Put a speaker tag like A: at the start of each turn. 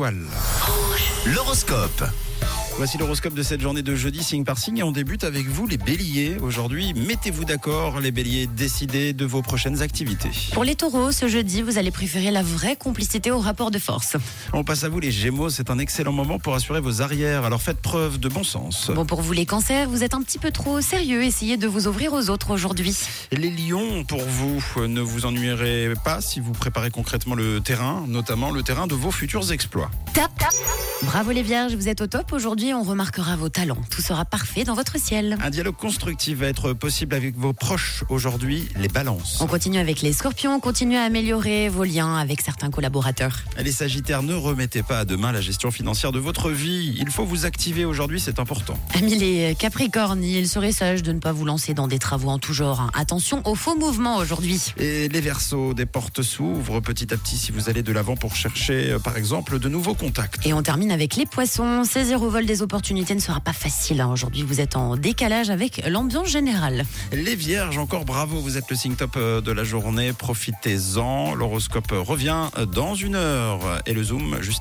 A: Voilà.
B: L'horoscope.
A: Voici l'horoscope de cette journée de jeudi, signe par signe. Et on débute avec vous, les béliers. Aujourd'hui, mettez-vous d'accord, les béliers, décidez de vos prochaines activités.
C: Pour les taureaux, ce jeudi, vous allez préférer la vraie complicité au rapport de force.
A: On passe à vous, les gémeaux. C'est un excellent moment pour assurer vos arrières. Alors faites preuve de bon sens.
C: Bon, pour vous les cancers, vous êtes un petit peu trop sérieux. Essayez de vous ouvrir aux autres aujourd'hui.
A: Les lions, pour vous, euh, ne vous ennuierez pas si vous préparez concrètement le terrain, notamment le terrain de vos futurs exploits.
C: Tap, tap. Bravo les vierges, vous êtes au top. Aujourd'hui, on remarquera vos talents. Tout sera parfait dans votre ciel.
A: Un dialogue constructif va être possible avec vos proches aujourd'hui, les balances.
C: On continue avec les scorpions, continuez à améliorer vos liens avec certains collaborateurs.
A: Les sagittaires, ne remettez pas à demain la gestion financière de votre vie. Il faut vous activer aujourd'hui, c'est important.
C: Amis les capricornes, il serait sage de ne pas vous lancer dans des travaux en tout genre. hein. Attention aux faux mouvements aujourd'hui.
A: Et les versos, des portes s'ouvrent petit à petit si vous allez de l'avant pour chercher, euh, par exemple, de nouveaux contacts.
C: Et on termine avec les poissons. Saisir au vol des opportunités ne sera pas facile. hein. Aujourd'hui, vous êtes en décalage avec l'ambiance générale.
A: Les vierges, encore bravo, vous êtes le signe top euh, de la journée. Profitez-en. L'horoscope revient dans une euh, heure. Et le zoom juste après.